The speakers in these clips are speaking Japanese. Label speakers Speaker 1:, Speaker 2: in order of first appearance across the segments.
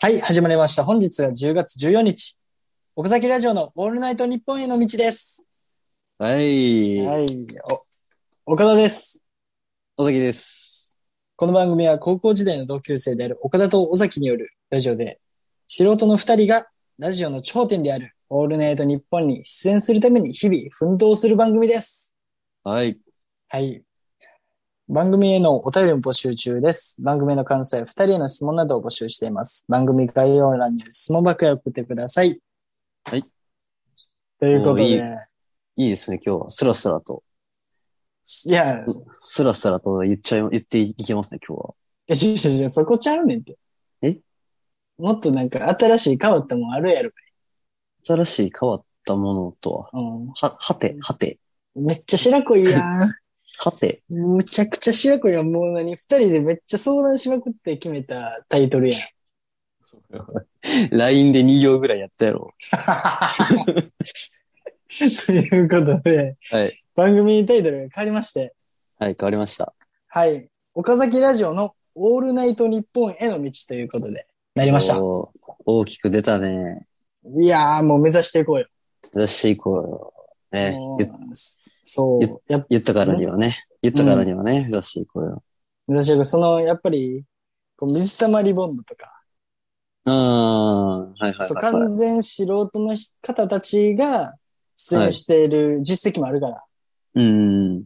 Speaker 1: はい、始まりました。本日は10月14日、岡崎ラジオのオールナイト日本への道です。
Speaker 2: はい。
Speaker 1: はい、お、岡田です。
Speaker 2: 尾崎です。
Speaker 1: この番組は高校時代の同級生である岡田と尾崎によるラジオで、素人の二人がラジオの頂点であるオールナイト日本に出演するために日々奮闘する番組です。
Speaker 2: はい。
Speaker 1: はい。番組へのお便りも募集中です。番組の感想や二人への質問などを募集しています。番組概要欄にある質問箱へ送ってください。
Speaker 2: はい。
Speaker 1: ということで、
Speaker 2: おーい
Speaker 1: い
Speaker 2: いいいですね、今日は。スラスラと。
Speaker 1: や、い
Speaker 2: スラスラと言っちゃい、言っていけますね、今日は。
Speaker 1: やいやいや、そこちゃうねんって。
Speaker 2: え
Speaker 1: もっとなんか新しい変わったもんあるやろ。
Speaker 2: 新しい変わったものとは。
Speaker 1: う
Speaker 2: は、はて、はて、
Speaker 1: ん。めっちゃ白子いやん。
Speaker 2: はて。
Speaker 1: むちゃくちゃ白子やん。もう何二人でめっちゃ相談しまくって決めたタイトルやん。
Speaker 2: LINE で2行ぐらいやったやろ。
Speaker 1: ということで、
Speaker 2: はい。
Speaker 1: 番組タイトルが変わりまして、
Speaker 2: はい、変わりました。
Speaker 1: はい。岡崎ラジオのオールナイト日本への道ということで、なりました。
Speaker 2: おー大きく出たね。
Speaker 1: いやー、もう目指していこうよ。
Speaker 2: 目指していこうよ。ね
Speaker 1: も。う
Speaker 2: 言
Speaker 1: そう。やっぱ
Speaker 2: 言ったからにはね。言ったからにはね、目指していこうよ。
Speaker 1: 目指していこう。その、やっぱり、こう水溜りボンドとか、
Speaker 2: うーん。はいはい
Speaker 1: そう
Speaker 2: はいはい。
Speaker 1: 完全素人の方たちが出演している実績もあるから、
Speaker 2: うん。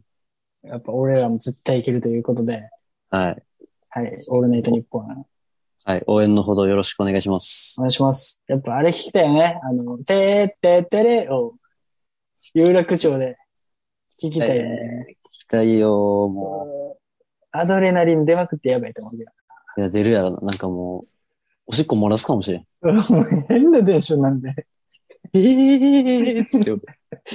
Speaker 1: やっぱ俺らも絶対いけるということで、
Speaker 2: はい。
Speaker 1: はい。オールナイト日本お
Speaker 2: はい。応援のほどよろしくお願いします。
Speaker 1: 願いします。やっぱあれ聞きたいよね。あの、てーてーてれを、有楽町で聞きたいよね。
Speaker 2: えー聞きたいよ、も
Speaker 1: アドレナリン出まくってやばいと思うけど。
Speaker 2: う。いや、出るやろな。なんかもう、おしっこ漏らすかもしれん。
Speaker 1: 変なテンションなんで。
Speaker 2: ええつって、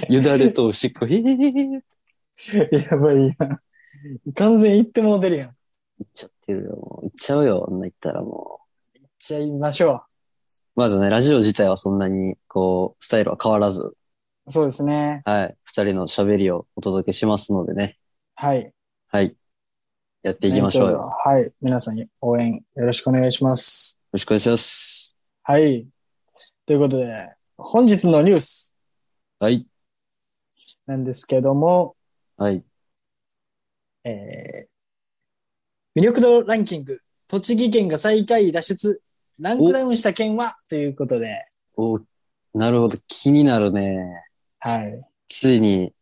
Speaker 2: ゆだれとおしっこ、ええー、
Speaker 1: やばいやん。完全行ってもうてるやん。行っ
Speaker 2: いっちゃってるよ。もういっちゃうよ。あんな言ったらも
Speaker 1: ちゃいましょ
Speaker 2: う。まだね、ラジオ自体はそんなに、こう、スタイルは変わらず、
Speaker 1: う。そうですね。
Speaker 2: はい。二人の喋りをお届けしますのでね。
Speaker 1: はい。
Speaker 2: はい。やっていきましょうよ。
Speaker 1: ど
Speaker 2: よ
Speaker 1: ぞはい。皆さんに応援よろしくお願いします。
Speaker 2: ろしくお願いします。
Speaker 1: はい。ということで、本日のニュース
Speaker 2: はい。
Speaker 1: なんですけども、
Speaker 2: はい。
Speaker 1: えー、魅力度ランキング、栃木県が最下位脱出、ランクダウンした県はということで、
Speaker 2: お、なるほど。気になるね。
Speaker 1: はい。
Speaker 2: ついに、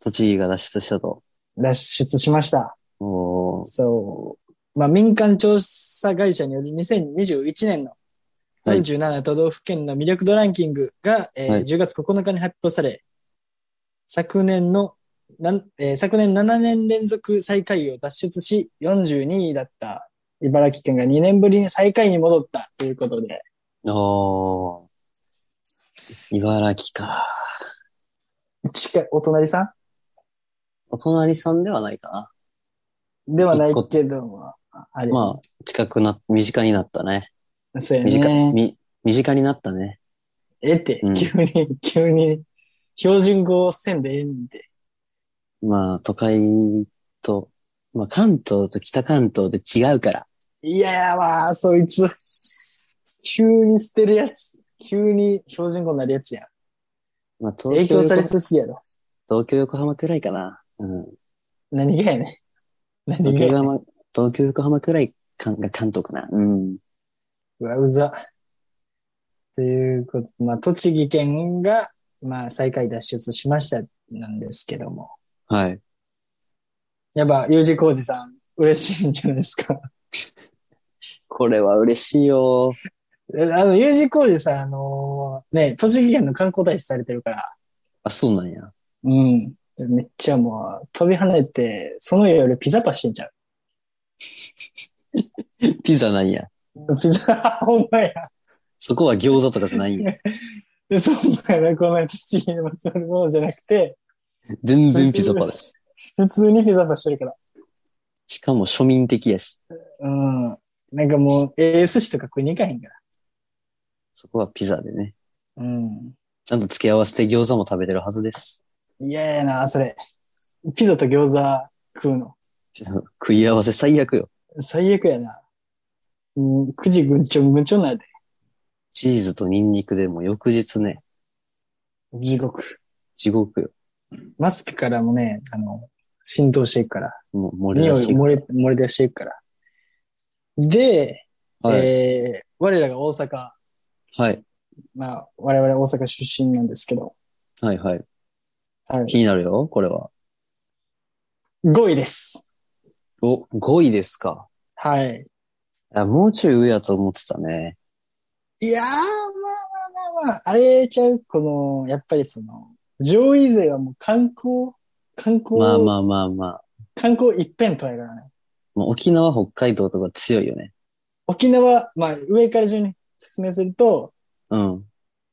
Speaker 2: 栃木が脱出したと。
Speaker 1: 脱出しました。
Speaker 2: おー
Speaker 1: そう。まあ、民間調査会社による2021年の
Speaker 2: はい
Speaker 1: 47都道府県の魅力度ランキングが、えー
Speaker 2: はい
Speaker 1: 10月9日に発表され、昨年の、なんえー昨年7年連続最下位を脱出し、42位だった茨城県が2年ぶりに最下位に戻ったということで、
Speaker 2: おー。茨城か。
Speaker 1: 近い、お隣さ
Speaker 2: お隣さんではないか
Speaker 1: んではないけども、あれ、
Speaker 2: な。まあ、近くな、身近になったね。
Speaker 1: あ、そうや
Speaker 2: 身近、
Speaker 1: ね。
Speaker 2: み、身近になったね。
Speaker 1: ええって
Speaker 2: う、ん
Speaker 1: 急に、 急に、標準語せんでええんで。
Speaker 2: まあ、都会と、まあ、関東と北関東で違うから。
Speaker 1: いやーわー、そいつ。急に捨てるやつ。急に標準語になるやつや。
Speaker 2: まあ、東
Speaker 1: 影
Speaker 2: 京
Speaker 1: 響
Speaker 2: 横
Speaker 1: されすぎやろ。
Speaker 2: 東京横浜くらいかな。うん。
Speaker 1: 何がやねん。何
Speaker 2: 東
Speaker 1: が
Speaker 2: 京
Speaker 1: やねん。
Speaker 2: 横浜、東京横浜くらいかんが関東かな。うん。
Speaker 1: うわ、うざ。ということ、まあ、栃木県が、まあ、最下位脱出しました、なんですけども。
Speaker 2: はい。
Speaker 1: やっぱ、U 字工事さん、嬉しいんじゃないですか。
Speaker 2: これは嬉しいよ。
Speaker 1: えあの、U 字工事さん、あのーね、栃木県の観光大使されてるから、
Speaker 2: あ、そうなんや。
Speaker 1: うん。めっちゃもう、飛び跳ねて、その夜ピザパしてんちゃう
Speaker 2: ピザなんや。
Speaker 1: ピザ、 ほんまや。
Speaker 2: そこは餃子とかじゃないん や。
Speaker 1: で、そんなね、この栃木にまつわるものじゃなくて、
Speaker 2: 全然ピザパです。
Speaker 1: 普通にピザパしてるから。
Speaker 2: しかも庶民的やし。
Speaker 1: うん。なんかもう、ええ寿司とか食いに行かへんから。
Speaker 2: そこはピザでね。
Speaker 1: うん。
Speaker 2: ちゃんと付け合わせて餃子も食べてるはずです。
Speaker 1: 嫌やな、それ。ピザと餃子食うの。
Speaker 2: 食い合わせ最悪よ。
Speaker 1: 最悪やな。うん、くじぐんちょんぐんちょんなんやで。
Speaker 2: チーズとニンニクでもう翌日ね、
Speaker 1: 地獄。
Speaker 2: 地獄よ。
Speaker 1: マスクからもね、あの、浸透していくから。
Speaker 2: もう漏れ
Speaker 1: 匂
Speaker 2: 出
Speaker 1: い
Speaker 2: して
Speaker 1: 漏れ、漏れ出していくから。で、
Speaker 2: はい。
Speaker 1: えー我らが大阪、
Speaker 2: はい。
Speaker 1: まあ、我々大阪出身なんですけど、
Speaker 2: はいはい。
Speaker 1: はい
Speaker 2: 気になるよ、これは。
Speaker 1: 5位です。
Speaker 2: お、5位ですか。
Speaker 1: はい。
Speaker 2: あ、もうちょい上やと思ってたね。
Speaker 1: いやー、まあまあまあまあ、あれちゃう、この、やっぱりその、上位勢はもう観光、観光、
Speaker 2: まあまあまあまあ。
Speaker 1: 観光一辺倒やからね。
Speaker 2: もう沖縄、北海道とか強いよね。
Speaker 1: 沖縄、まあ上から順に説明すると、
Speaker 2: うん。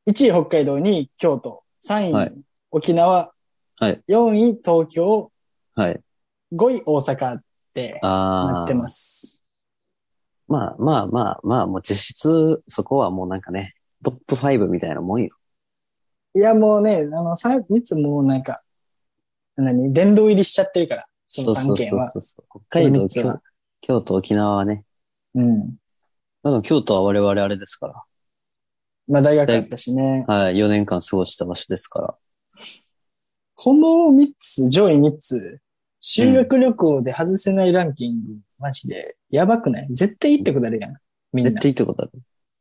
Speaker 1: 1位北海道、2位京都、3位、
Speaker 2: はい
Speaker 1: 沖縄、
Speaker 2: はい。
Speaker 1: 4位東京、
Speaker 2: はい。
Speaker 1: 5位大阪ってな
Speaker 2: あ
Speaker 1: って
Speaker 2: あ。
Speaker 1: ます。
Speaker 2: まあまあまあまあ、もう実質、そこはもうなんかね、トップ5みたいなもんよ。
Speaker 1: いやもうね、あの、さ、いつもなんか、何、殿堂入りしちゃってるから、そ
Speaker 2: そ
Speaker 1: の
Speaker 2: うそ
Speaker 1: 3
Speaker 2: う
Speaker 1: 県
Speaker 2: そう
Speaker 1: は。
Speaker 2: そうそう。北海
Speaker 1: そ
Speaker 2: 道、
Speaker 1: の三つは
Speaker 2: 京京都、沖縄はね。
Speaker 1: うん。
Speaker 2: まあでも京都は我々あれですか
Speaker 1: まあ大学だったしね。
Speaker 2: ら。はい。4年間過ごした場所ですから。
Speaker 1: この3つ、上位3つ、修学旅行で外せないランキング、マジで、やばくない絶対いいってことあるやん。みんな。
Speaker 2: 絶対行ったことある。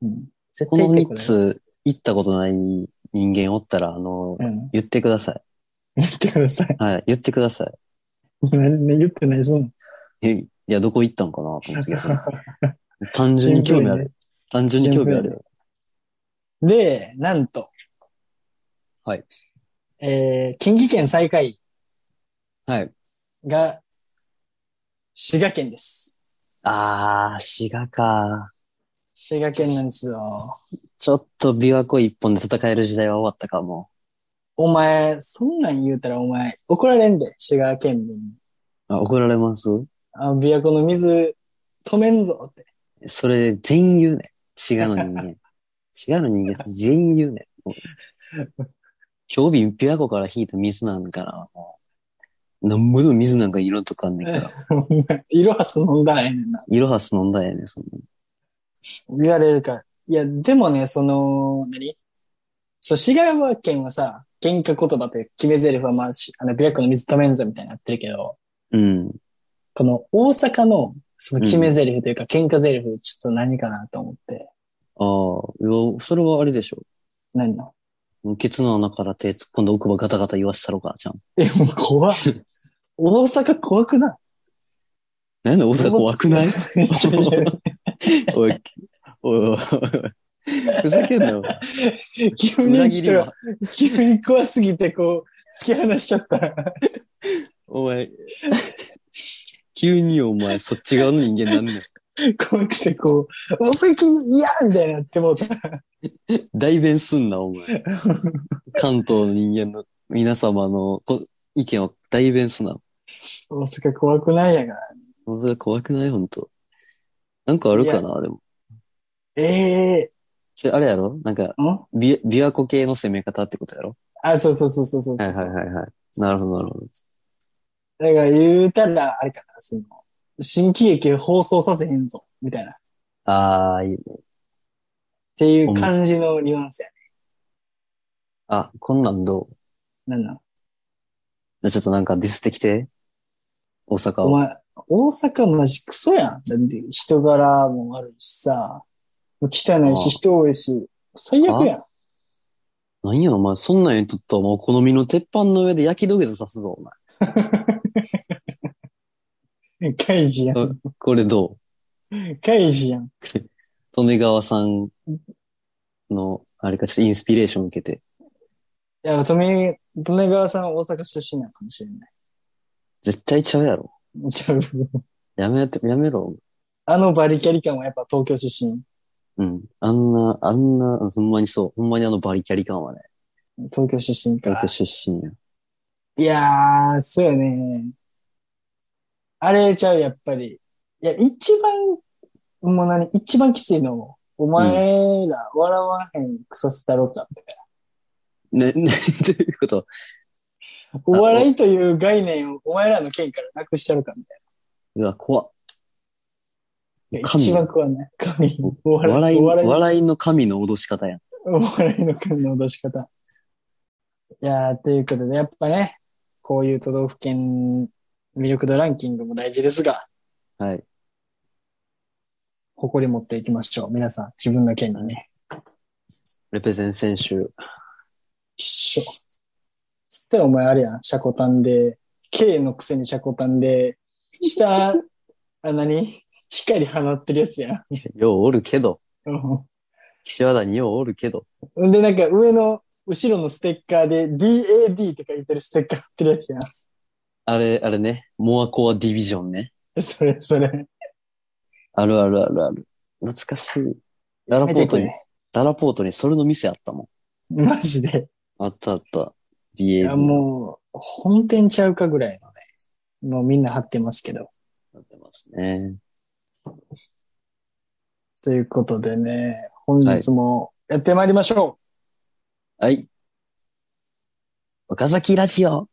Speaker 1: うん、絶
Speaker 2: こ
Speaker 1: 対い
Speaker 2: の
Speaker 1: いってこ
Speaker 2: 3
Speaker 1: とある。
Speaker 2: つ、行ったことない人間おったら、あの、
Speaker 1: うん。
Speaker 2: 言ってください。
Speaker 1: 言ってください。
Speaker 2: はい。言ってくださ
Speaker 1: 何言ってないぞ。
Speaker 2: い。えいや、どこ行ったんかなと思 ってたけど単純に興味ある。単純に興味ある。
Speaker 1: で、なんと。
Speaker 2: はい。
Speaker 1: えー、近畿圏最下位
Speaker 2: はい。
Speaker 1: が、滋賀県です。
Speaker 2: あー、滋賀か。
Speaker 1: 滋賀県なんですよ。
Speaker 2: ちょっと琵琶湖一本で戦える時代は終わったかも。
Speaker 1: お前、そんなん言うたらお前、怒られんで、滋賀県民に。
Speaker 2: あ、怒られます
Speaker 1: あ、琵琶湖の水、止めんぞって。
Speaker 2: それ全員言うね。滋賀の人間。滋賀の人間全員言うね。もう今日日琵琶湖から引いた水なんかな。もうなんぼでも水なんか色とかあんねんから。
Speaker 1: お前イロハス飲んだらええねんな。
Speaker 2: イロハス飲んだらええねん、そんな
Speaker 1: 言われるから。いや、でもね、その、何そう、滋賀県はさ、喧嘩言葉という決め台詞はまあ、しあの、琵琶湖の水止めんぞみたいになってるけど、
Speaker 2: うん。
Speaker 1: この大阪の、その決め台詞というか、喧嘩台詞、ちょっと何かなと思って。
Speaker 2: ああ、いやそれはあれでしょ。
Speaker 1: 何の
Speaker 2: ケツの穴から手突っ込んで奥歯ガタガタ言わしたろか、ちゃん。
Speaker 1: え、もう怖っ。大阪怖く ない
Speaker 2: なんで大阪怖くない おい、おい、おいふざけんな よ。
Speaker 1: 急
Speaker 2: 裏
Speaker 1: に
Speaker 2: 切
Speaker 1: 人
Speaker 2: り
Speaker 1: が
Speaker 2: は、
Speaker 1: 急に怖すぎて、こう、突き放しちゃった。
Speaker 2: お前、急にお前、そっち側の人間なんねん。
Speaker 1: 怖くて、こう、お先嫌みたいになってもうた。
Speaker 2: 代弁すんな、お前。関東の人間の皆様のこ意見を代弁すな。
Speaker 1: 大阪怖くないやから。
Speaker 2: 大阪怖くないほんと。なんかあるかなでも。
Speaker 1: ええ
Speaker 2: それあれやろなんか、
Speaker 1: ん
Speaker 2: び琵琶湖系の攻め方ってことやろ
Speaker 1: あ、そうそうそうそうそう
Speaker 2: はいはいはいはい。なるほど、なるほど。
Speaker 1: だから言うたら、あれかな、その、新喜劇を放送させへんぞ、みたいな。っ
Speaker 2: あー、いいね。
Speaker 1: ていう感じのニュアンスやね。
Speaker 2: あ、こんなんどう
Speaker 1: なんなの
Speaker 2: じゃあちょっとなんかディスってきて。大阪
Speaker 1: お
Speaker 2: は。
Speaker 1: 前、大阪マジクソやん。だって人柄も悪いしさ、もう汚い
Speaker 2: ああ
Speaker 1: し人多いし、最悪やん。
Speaker 2: 何や、お前、そんなん言っとったら、お好みの鉄板の上で焼き土下座さすぞ、お前。
Speaker 1: 怪事やん。
Speaker 2: これどう
Speaker 1: 怪事やん。
Speaker 2: 利根川さんの、あれか、ちょっとインスピレーション受けて。
Speaker 1: いや、富利根川さんは大阪出身なのかもしれない。
Speaker 2: 絶対ちゃうやろ。
Speaker 1: ちょ
Speaker 2: やめて、やめろ。
Speaker 1: あのバリキャリ感はやっぱ東京出身。
Speaker 2: うん。あんな、あんな、ほんまにそう。ほんまにあのバリキャリ感はね、
Speaker 1: 東京出身か
Speaker 2: 東。京出身や。
Speaker 1: いやー、そうよね。あれちゃう、やっぱり。いや、一番、もう何、一番きついのも、お前ら笑わへんくさせたろうかって。
Speaker 2: ね、ね、 ということ。
Speaker 1: お笑いという概念をお前らの県からなくしたろうかみたいう
Speaker 2: わ、怖っ。
Speaker 1: いや
Speaker 2: 神
Speaker 1: 一枠はね、神。お
Speaker 2: 笑
Speaker 1: お
Speaker 2: い、
Speaker 1: 笑いの、
Speaker 2: 笑いの神の脅し方やん。
Speaker 1: お笑いの神の脅し方。いやー、ということで、やっぱね、こういう都道府県魅力度ランキングも大事ですが、
Speaker 2: はい。
Speaker 1: 誇り持っていきましょう。皆さん、自分の県にね。
Speaker 2: レペゼン選手。
Speaker 1: 一緒。つってお前あれやん、シャコタンで、K のくせにシャコタンで、下、あ、何光放ってるやつや
Speaker 2: ようおるけど。
Speaker 1: ん。うん
Speaker 2: 岸和田にようおるけど。
Speaker 1: んで、なんか上の、後ろのステッカーで DAD って書いてるステッカー貼ってるやつやん。
Speaker 2: あれ、あれね。モアコアディビジョンね。
Speaker 1: それ、それ。
Speaker 2: あるあるあるある。懐かしい。ララポートに、ララポートにそれの店あったも
Speaker 1: マジで。
Speaker 2: ん。あったあった。
Speaker 1: い
Speaker 2: DA
Speaker 1: や、もう、本店ちゃうかぐらいのね。もうみんな貼ってますけど。
Speaker 2: なってますね。
Speaker 1: ということでね、本日もやってまいりましょ
Speaker 2: はい。岡崎ラジオ。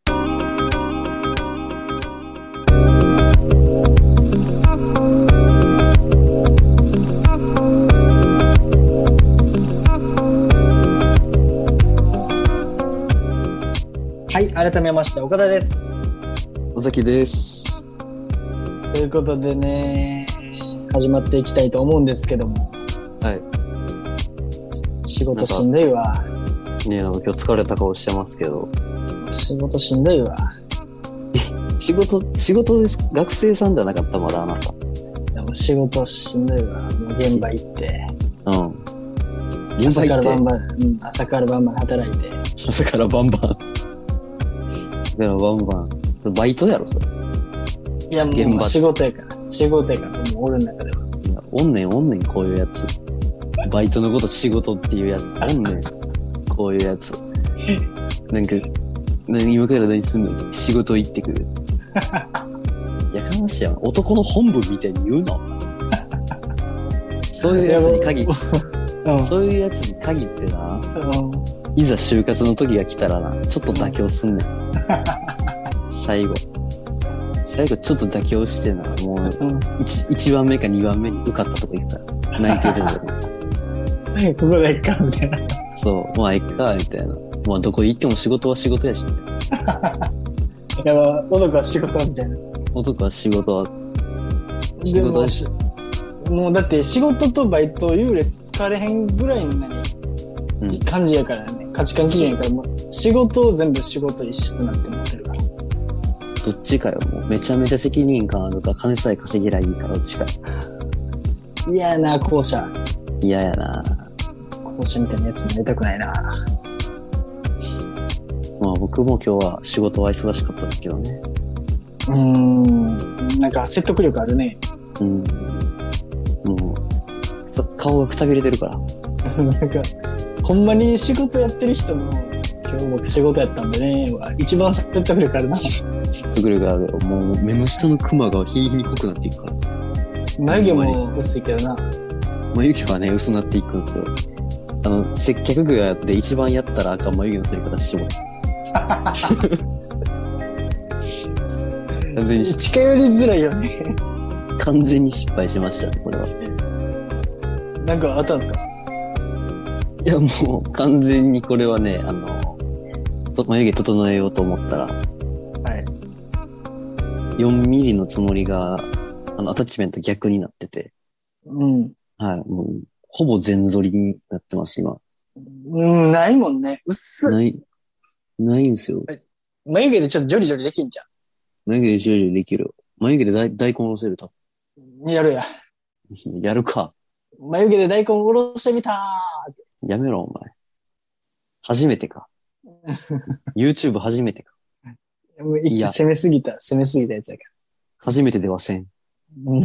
Speaker 1: う。はい、改めまして、岡田です。
Speaker 2: 尾崎です。
Speaker 1: ということでね、始まっていきたいと思うんですけども。。
Speaker 2: はい
Speaker 1: 仕事しんどいわ。
Speaker 2: ねえ、なんか今日疲れた顔してますけど。
Speaker 1: 仕事しんどいわ。
Speaker 2: 仕事、仕事です。学生さんじゃなかった、まだあなた。
Speaker 1: でも仕事しんどいわ。もう現場行って。
Speaker 2: うん。現
Speaker 1: 朝
Speaker 2: 場
Speaker 1: から
Speaker 2: 行
Speaker 1: 晩
Speaker 2: っ
Speaker 1: まで、うん、朝から晩まで働いて。
Speaker 2: て。 朝からバンバン。朝からバンバン。バイトやろ、それ。
Speaker 1: いや、
Speaker 2: 現
Speaker 1: も
Speaker 2: 場
Speaker 1: う仕事やから。仕事やから、もう俺の中では。
Speaker 2: いやおんねん、おんねん、こういうやつ。バイトのこと仕事っていうやつ。おんねん、こういうやつ。なんか、なん今から何すんの仕事行ってく る。やかましいやん。男の本部みたいに言うの。そういうやつに限って、
Speaker 1: うん
Speaker 2: そういうやつに限ってな。
Speaker 1: うん
Speaker 2: いざ就活の時が来たらな、ちょっと妥協すんねん。 最後。最後ちょっと妥協してな、もう
Speaker 1: うん。
Speaker 2: 1, 番目か2番目に受かったとこ行くから。内定出た とこ。
Speaker 1: ここでいっか、みたいな。
Speaker 2: そう、まあ、いっか、みたいな。まあ、どこ行っても仕事は仕事やし、
Speaker 1: やば、男は仕事みたいな。
Speaker 2: 男は仕事は、仕
Speaker 1: で
Speaker 2: 事
Speaker 1: も
Speaker 2: はし、
Speaker 1: もうだって仕事とバイト優劣疲れへんぐらいの何、
Speaker 2: うん
Speaker 1: 感じやからね。価値観基準やから、もう仕事を全部仕事一緒になって思ってるから。
Speaker 2: どっちかよ、もう。めちゃめちゃ責任感あるか、金さえ稼げりゃいいか、どっちか。
Speaker 1: 嫌やな、校舎。
Speaker 2: 嫌やな。
Speaker 1: 校舎みたいなやつになりたくないな。
Speaker 2: まあ、僕も今日は仕事は忙しかったですけどね。
Speaker 1: うーん。なんか説得力あるね。
Speaker 2: うん。もう、そ顔がくたびれてるから。
Speaker 1: なんか、ほんまに仕事やってる人の、今日僕仕事やったんでね、は一番説得力あるな。
Speaker 2: 説得力あるよ。もう、目の下のクマが日に日に濃くなっていくから。
Speaker 1: 眉毛も薄いけどな。
Speaker 2: 眉毛はね、薄なっていくんですよ。あの、接客具やって一番やったらあかん眉毛のすり方してもらう完全にし、
Speaker 1: 近寄りづらいよね。
Speaker 2: 完全に失敗しましたね、これは。い
Speaker 1: なんかあったんですか
Speaker 2: や、もう、完全にこれはね、あの、と眉毛整えようと思ったら、
Speaker 1: はい。
Speaker 2: 4ミリのつもりが、あの、アタッチメント逆になってて、
Speaker 1: うん。
Speaker 2: はい、もう、ほぼ全剃りになってます、今。
Speaker 1: うん、ないもんね。薄っ。
Speaker 2: ない、ないんですよ。
Speaker 1: 眉毛でちょっとジョリジョリできんじ
Speaker 2: 眉毛で徐々にできる。眉毛で大大根おろせると。
Speaker 1: ゃん。やるや。
Speaker 2: やるか。
Speaker 1: 眉毛で大根おろしてみた
Speaker 2: やめろ、お前。初めて か。YouTube 初めてか。
Speaker 1: ーもう一
Speaker 2: い
Speaker 1: 気
Speaker 2: や
Speaker 1: 攻めすぎた、攻めすぎたやつやか
Speaker 2: 初めてではせん。
Speaker 1: ら。うん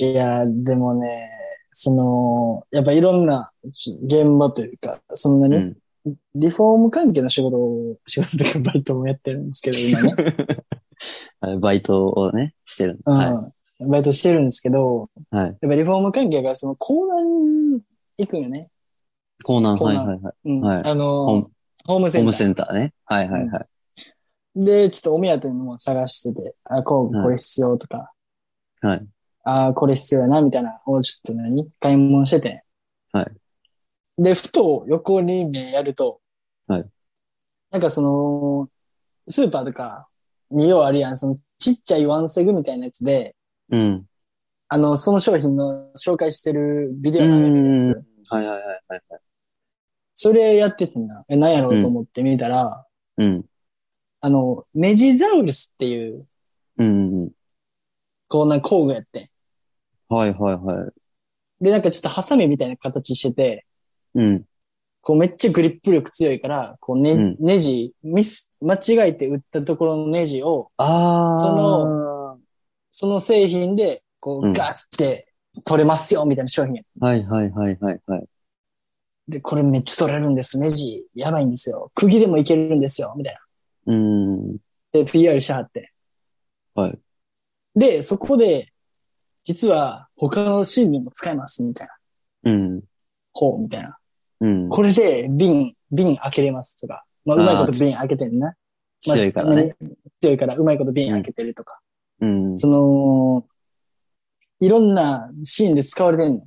Speaker 1: いや、でもね、その、やっぱいろんな現場というか、そんな
Speaker 2: う
Speaker 1: に、
Speaker 2: ん。
Speaker 1: リフォーム関係の仕事を、 仕事というかバイトもやってるんですけど、今ね。
Speaker 2: はいバイトをね、してるんです。 は
Speaker 1: うん。バイトしてるんですけど、
Speaker 2: い。はい。
Speaker 1: やっぱリフォーム関係がその、港南行くんよね。
Speaker 2: コーナー、
Speaker 1: コー
Speaker 2: はい
Speaker 1: ナー
Speaker 2: はいはい。
Speaker 1: うん。
Speaker 2: はい
Speaker 1: あの、
Speaker 2: ホーム
Speaker 1: ホーム
Speaker 2: ホ
Speaker 1: セン
Speaker 2: ー
Speaker 1: タ
Speaker 2: ム
Speaker 1: ー。
Speaker 2: センターね。はいはいはい。
Speaker 1: で、ちょっとお目当てのものを探してて、あ、こう、
Speaker 2: はい
Speaker 1: これ必要とか、
Speaker 2: はい。
Speaker 1: ああ、これ必要やな、みたいな、をちょっと何買い物してて。
Speaker 2: はい。
Speaker 1: で、ふと横に目やると、
Speaker 2: はい。
Speaker 1: なんかその、スーパーとか、にようあるやん、その、ちっちゃいワンセグみたいなやつで、
Speaker 2: うん。
Speaker 1: あの、その商品の紹介してるビデオ流れてるや
Speaker 2: う
Speaker 1: つ。
Speaker 2: はいはいはいはい。
Speaker 1: それやっててんな。え、なんやろうと思って見たら、
Speaker 2: うん。
Speaker 1: あの、ネジザウルスっていう、
Speaker 2: うんうん。
Speaker 1: こんな工具やって
Speaker 2: はいはいはい。
Speaker 1: ん。で、なんかちょっとハサミみたいな形してて、
Speaker 2: うん。
Speaker 1: こうめっちゃグリップ力強いから、こうね、
Speaker 2: うん
Speaker 1: ネジ、ミス、間違えて打ったところのネジを、
Speaker 2: ああ。
Speaker 1: その、その製品で、こ
Speaker 2: う
Speaker 1: う、
Speaker 2: ん
Speaker 1: ガッて取れますよ、みたいな商品や。
Speaker 2: はいはいはいはいはい。
Speaker 1: で、これめっちゃ取れるんです、ネジ。やばいんですよ。釘でもいけるんですよ、みたい
Speaker 2: うん。
Speaker 1: な。で、PR しはって。
Speaker 2: はい。
Speaker 1: で、そこで、実は他の芯にも使えます、みたいな。
Speaker 2: うん。
Speaker 1: ほう、みたいな。
Speaker 2: うん。
Speaker 1: これで瓶、瓶開けれますとか。まあ、うまいこと瓶開けてんな。まあ
Speaker 2: 強いからね。。
Speaker 1: 強いから、うまいこと瓶開けてるとか。
Speaker 2: うん。
Speaker 1: その、いろんなシーンで使われてんの。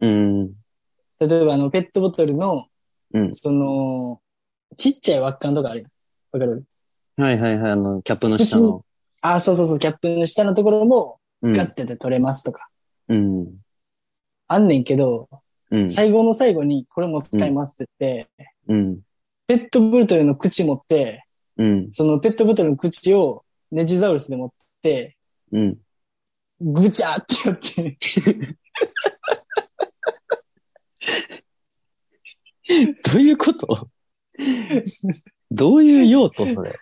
Speaker 2: うん。
Speaker 1: 例えば、あの、ペットボトルの、
Speaker 2: うん
Speaker 1: その、ちっちゃい輪っかのとかあるやん。わかる
Speaker 2: はいはいはい。あの、キャップの下の。
Speaker 1: あ、そうそうそう、キャップの下のところも、
Speaker 2: う
Speaker 1: ガ
Speaker 2: ん
Speaker 1: ッ。てで取れますとか。
Speaker 2: うん。
Speaker 1: あんねんけど、
Speaker 2: うん。
Speaker 1: 最後の最後に、これも使いますって言って、
Speaker 2: うん。
Speaker 1: ペットボトルの口持って、
Speaker 2: うん。
Speaker 1: そのペットボトルの口をネジザウルスで持って、
Speaker 2: うん。
Speaker 1: ぐちゃってやって、
Speaker 2: どういうことどういう用途それ。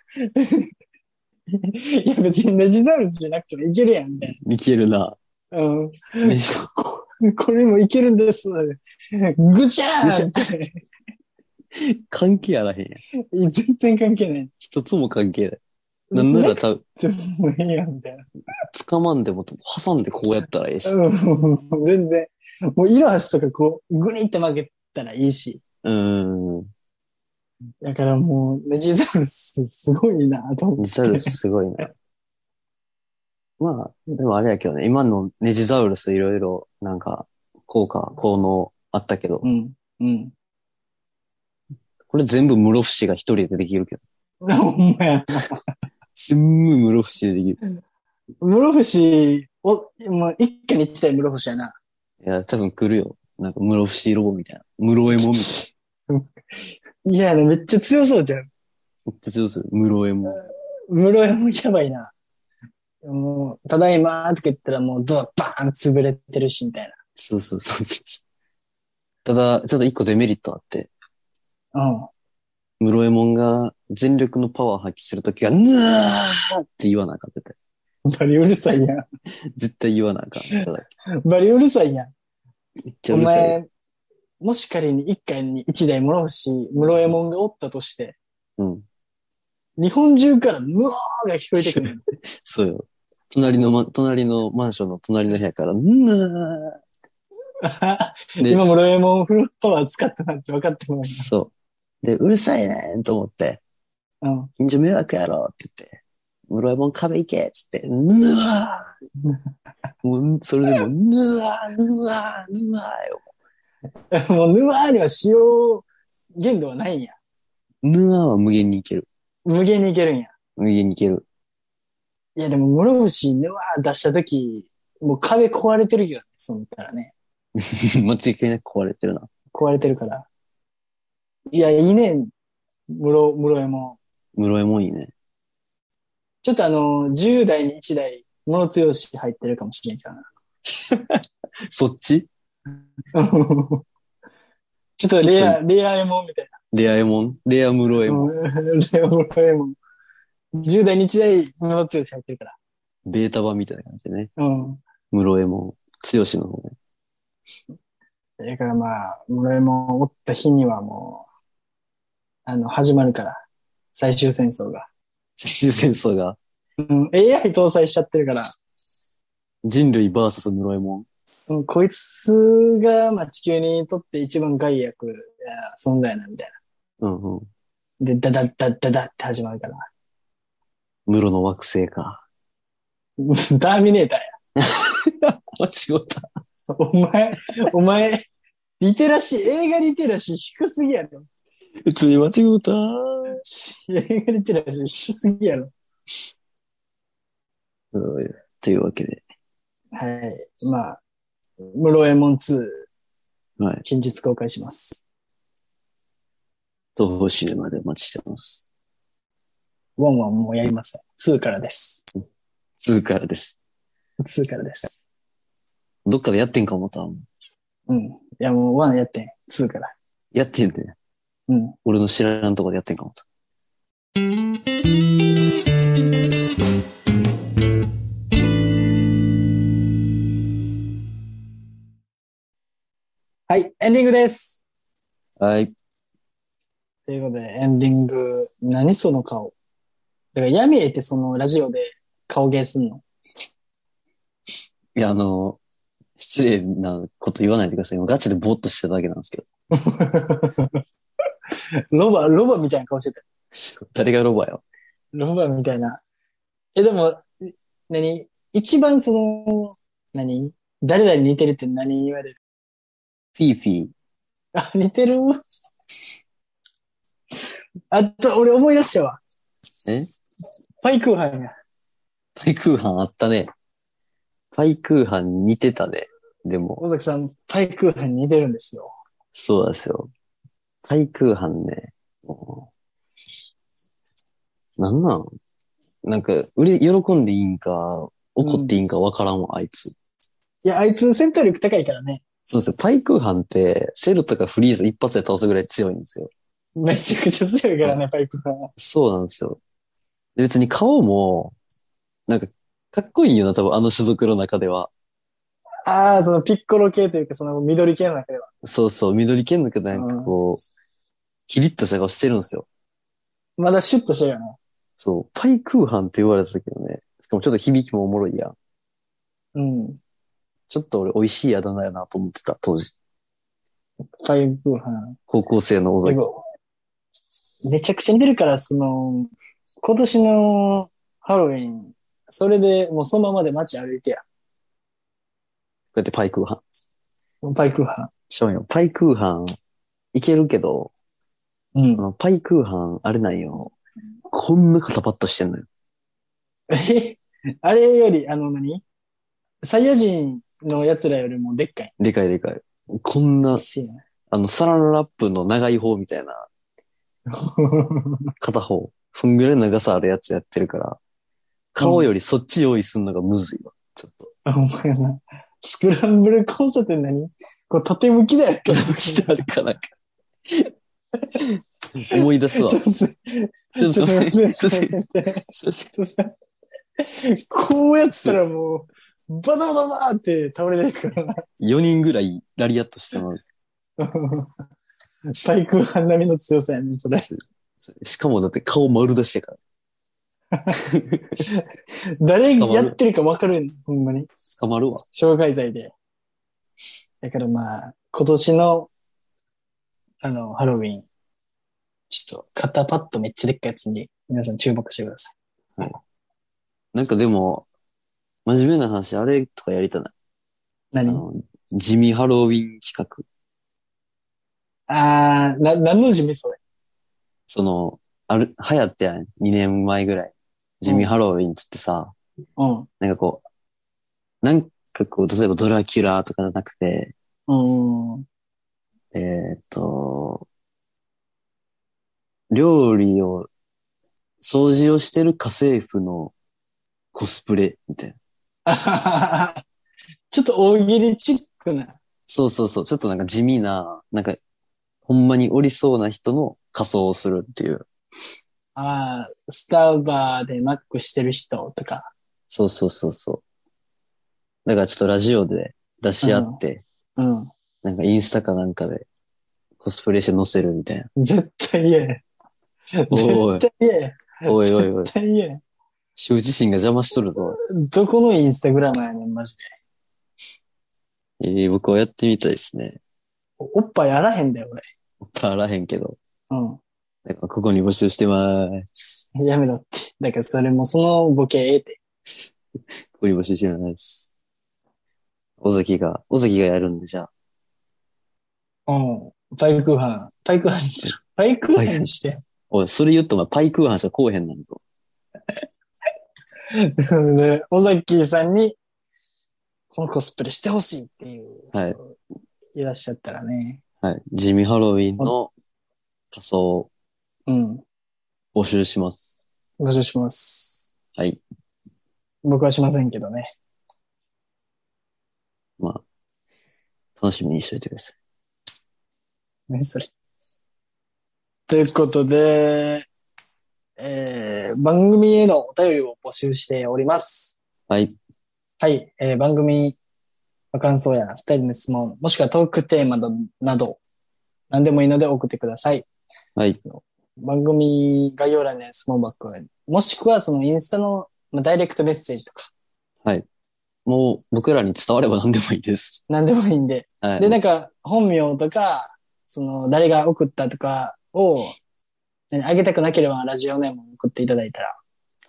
Speaker 1: いや別にネジザウルスじゃなくてもいけるやん、みたい
Speaker 2: いけるな。
Speaker 1: な。うん。ここれもいけるんです。ぐちゃーって。
Speaker 2: 関係あらへんやん。
Speaker 1: 全然関係ない。
Speaker 2: 一つも関係ない。なんならた、
Speaker 1: でもいいやん、みたいな。
Speaker 2: 捕まんでも、挟んでこうやったらええし。
Speaker 1: うん、全然。もう色足とかこう、ぐにって曲げたらいいし。
Speaker 2: うん。
Speaker 1: だからもう、ネジザウルスすごいなと思っ
Speaker 2: ネ
Speaker 1: て。
Speaker 2: ジザウルスすごいな。まあ、でもあれやけどね、今のネジザウルスいろいろ、なんか、効果、効能あったけど
Speaker 1: う、ん。うん。
Speaker 2: これ全部室伏が一人でできるけど。
Speaker 1: ほんまや。
Speaker 2: 全部室伏でできる。
Speaker 1: 室伏、お、もう一家に一体室伏やな。
Speaker 2: いや、多分来るよ。なんか室伏ロボみたいな。室エモみたい
Speaker 1: いや、めっちゃ強そうじゃん。
Speaker 2: な。めっちゃ強そう。室エモ。
Speaker 1: 室屋もやばいな。もう、ただいまーとか言ったらもうドアバーン潰れてるし、みたい
Speaker 2: そうそうそうそう。ただ、ちょっと一個デメリットあって、
Speaker 1: な。うん。
Speaker 2: ムロエモンが全力のパワー発揮するときは、ぬわーって言わなあかった。
Speaker 1: バリうるさいやん。
Speaker 2: 絶対言わなあかん。ただ
Speaker 1: バリうるさいやん。
Speaker 2: めっちゃ
Speaker 1: お
Speaker 2: うるさい。
Speaker 1: 前、もし仮に一家に一台室伏、室屋門がおったとして、
Speaker 2: うん。
Speaker 1: 日本中からぬわーが聞こえてく る。
Speaker 2: そうよ。隣の、ま、隣のマンションの隣の部屋から、ぬわー。で
Speaker 1: 今、室屋門フルパワー使ったなんて分かってもら
Speaker 2: そう。で、うるさいねんと思って、
Speaker 1: えない。
Speaker 2: 近所迷惑やろって言って、ムロエモン壁行けっつって、ぬわー。もう、それでも、ぬわー、ぬわー、ぬわーよ。
Speaker 1: うん。もう、ぬわーには使用限度はないんや。
Speaker 2: ぬわーは無限にいける。
Speaker 1: 無限にいけるんや。
Speaker 2: 無限にいける。
Speaker 1: いや、でも、室伏、ぬわー出したとき、もう壁壊れてるよ、そう思ったらね。
Speaker 2: 間違いなく壊れてるな。
Speaker 1: 壊れてるから。いや、いいねん。室、室屋も。
Speaker 2: 室エモンいいね。
Speaker 1: ちょっとあの、10代に1台、物強し入ってるかもしれんからな。
Speaker 2: そっち
Speaker 1: ちょっとレア、レアエモンみたい
Speaker 2: レアエモンレア室エ
Speaker 1: な。
Speaker 2: モン。
Speaker 1: うん レア室エモン。10代に1台、物強し入ってるか
Speaker 2: ベータ版みたいな感じでね。
Speaker 1: ら。うん。
Speaker 2: 室エモン。強しの方ね。
Speaker 1: だからまあ、室屋もおった日にはもう、あの、始まるから。最終戦争が。
Speaker 2: 最終戦争が
Speaker 1: うん。AI 搭載しちゃってるから。
Speaker 2: 人類バーサス室エモン。
Speaker 1: うんこいつが、まあ、地球にとって一番害悪な存在なんみたい
Speaker 2: うんうん。
Speaker 1: な。で、ダダッダッダダって始まるから。
Speaker 2: 室の惑星か。
Speaker 1: ターミネーターや。
Speaker 2: 間違った。
Speaker 1: お前、お前、リテラシー、映画リテラシー低すぎやろ。
Speaker 2: 普通に間違った。
Speaker 1: 映画リテラシー低すぎやろ。
Speaker 2: というわけで、
Speaker 1: はい。まあ、ムロエモン2、
Speaker 2: はい。
Speaker 1: 近日公開します。
Speaker 2: 東方シネマでお待ちしてます。
Speaker 1: 1はもうやりません。2からです。
Speaker 2: 2からです。
Speaker 1: 2からです。
Speaker 2: どっかでやってんか思ったわ
Speaker 1: うん。いやもう1やってん。2から。
Speaker 2: やってんね。
Speaker 1: うん。
Speaker 2: 俺の知らんとこでやってんか思った。
Speaker 1: はい、エンディングです。
Speaker 2: はい。
Speaker 1: ということで、エンディング、何その顔。だから、闇へってそのラジオで顔芸すんの。
Speaker 2: いや、あの、失礼なこと言わないでください。今ガチでぼーっとしてただけなんですけど。
Speaker 1: ロバ、ロバみたいな顔してた。
Speaker 2: 誰がロバよ。
Speaker 1: ロバみたいな。え、でも、い何一番その、何誰々に似てるって何言われる
Speaker 2: フィーフィー。
Speaker 1: あ、似てるあと、俺思い出したわ。
Speaker 2: え
Speaker 1: パイクーハンや。
Speaker 2: パイクーハンあったね。パイクーハン似てたね。でも、
Speaker 1: 尾崎さん、パイクーハンに似てるんですよ。
Speaker 2: そうなんですよ。パイクーハンね。もうなんなんなんか、うれ、喜んでいいんか、怒っていいんかわからんわ、あいつ。
Speaker 1: いや、あいつ戦闘力高いからね。
Speaker 2: そうですよ。パイクーハンって、セルとかフリーズ一発で倒すぐらい強いんですよ。
Speaker 1: めちゃくちゃ強いからね、パイクーハンは。
Speaker 2: そうなんですよ。で別に顔も、なんか、かっこいいよな、多分あの種族の中では。
Speaker 1: ああ、そのピッコロ系というか、その緑系の中では。
Speaker 2: そうそう、緑剣のけどなんかこう、キリッとした顔してるんですよ。
Speaker 1: まだシュッとしてるよね。
Speaker 2: そう、パイクーハンって言われてたけどね。しかもちょっと響きもおもろいやん。
Speaker 1: うん。
Speaker 2: ちょっと俺美味しいあだ名やなと思ってた、当時。
Speaker 1: パイクーハン。
Speaker 2: 高校生の小
Speaker 1: で
Speaker 2: 崎。
Speaker 1: もめちゃくちゃ似てるから、その、今年のハロウィン、それでもうそのままで街歩いてや。
Speaker 2: こうやってパイクーハン。
Speaker 1: パイクーハ
Speaker 2: しょんよ。パイクーハン、いけるけど、
Speaker 1: ン。うん
Speaker 2: あ。のパイクーハン、あれなんよ。こんな肩パッとしてんのよ。
Speaker 1: えあれより、あの何サイヤ人の奴らよりもでっかい。
Speaker 2: でかいでかい。こんな、
Speaker 1: すよね
Speaker 2: あの、サランラップの長い方みたいな、片方。そんぐらいの長さあるやつやってるから、顔よりそっち用意すんのがむずいわ。ちょっと。
Speaker 1: お前な、スクランブル交差点何こう縦向きだよ。
Speaker 2: 片方してあ るかなんか。思い出すわ
Speaker 1: ちょ。っとす
Speaker 2: ちょっ
Speaker 1: ちょっ
Speaker 2: と
Speaker 1: と
Speaker 2: すい
Speaker 1: すい
Speaker 2: ま
Speaker 1: ま
Speaker 2: せ
Speaker 1: せん
Speaker 2: んすいません
Speaker 1: すいませんこうやったらもう、バタバタバタって倒れないからな。
Speaker 2: 4人ぐらいラリアットしてもらう。
Speaker 1: パイク半並みの強さやねん、それ。
Speaker 2: しかもだって顔丸出しやから。
Speaker 1: 誰やってるか分かるん、ほんまに。
Speaker 2: 捕まるわ。
Speaker 1: 障害罪で。だからまあ、今年の、あの、ハロウィン、ちょっと、肩パッドめっちゃでっかいやつに、皆さん注目してくださ
Speaker 2: なんかでも、真面目な話、あれとかやりたない。
Speaker 1: い。
Speaker 2: あ
Speaker 1: 何
Speaker 2: の、地味ハロウィン企画。
Speaker 1: あー、な、何の地味それ。
Speaker 2: その、ある、流行ったやん。2年前ぐらい。地味ハロウィンっつってさ、
Speaker 1: うん。
Speaker 2: なんかこう、なんかこう、例えばドラキュラとかじゃなくて、
Speaker 1: うん。
Speaker 2: えーっと、料理を、掃除をしてる家政婦のコスプレみたいな。
Speaker 1: あははは ちょっと大喜利チックな。
Speaker 2: そうそうそう。ちょっとなんか地味な、なんか、ほんまにおりそうな人の仮装をするっていう。
Speaker 1: ああ、スターバーでマックしてる人とか。
Speaker 2: そうそうそうそう。だからちょっとラジオで出し合って、
Speaker 1: うん。
Speaker 2: なんかインスタかなんかでコスプレして載せるみたいな。
Speaker 1: 絶対嫌や。
Speaker 2: おい
Speaker 1: 絶対嫌や。
Speaker 2: おいおいおい
Speaker 1: 絶、対嫌や。
Speaker 2: 羞恥心が邪魔しとるぞ。
Speaker 1: どこのインスタグラマーやねん、マジで。
Speaker 2: えー、僕はやってみたいですね。
Speaker 1: おっぱいあらへんだよ、
Speaker 2: あらへんけど。
Speaker 1: 俺。うん。
Speaker 2: なんかここに募集してまーす。
Speaker 1: やめろって。だからそれもそのボケええって。
Speaker 2: ここに募集してまーす。尾崎が、尾崎がやるんで、じゃあ。
Speaker 1: うん。対空犯。対空犯にする。対空犯にして。
Speaker 2: おい、それ言っとお前、パイクーハンしかこうへんなんぞ。
Speaker 1: なので、尾崎さんに、このコスプレしてほしいっていう
Speaker 2: はい
Speaker 1: 人いらっしゃったらね。
Speaker 2: はい。地味ハロウィンの仮装を
Speaker 1: うん。
Speaker 2: 募集します。
Speaker 1: 募集します。
Speaker 2: はい。
Speaker 1: 僕はしませんけどね。
Speaker 2: まあ、楽しみにしといてください。
Speaker 1: 何それ。ということで、えー、番組へのお便りを募集しております。
Speaker 2: はい。
Speaker 1: はい、えー番組の感想や二人の質問、もしくはトークテーマなどなど、何でもいいので送ってください。
Speaker 2: はい。
Speaker 1: 番組概要欄に質問箱がありもしくはそのインスタの、まあ、ダイレクトメッセージとか、
Speaker 2: はい。もう、僕らに伝われば何でもいいです。
Speaker 1: 何でもいいんで。
Speaker 2: はい。
Speaker 1: で、なんか、本名とか、その、誰が送ったとかを、何あげたくなければラジオネームを送っていただいたら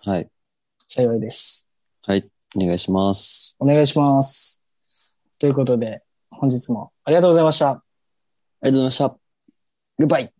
Speaker 2: はい。
Speaker 1: 幸いです。
Speaker 2: はい。お願いします。
Speaker 1: お願いします。ということで、本日もありがとうございました。
Speaker 2: ありがとうございました。グッバイ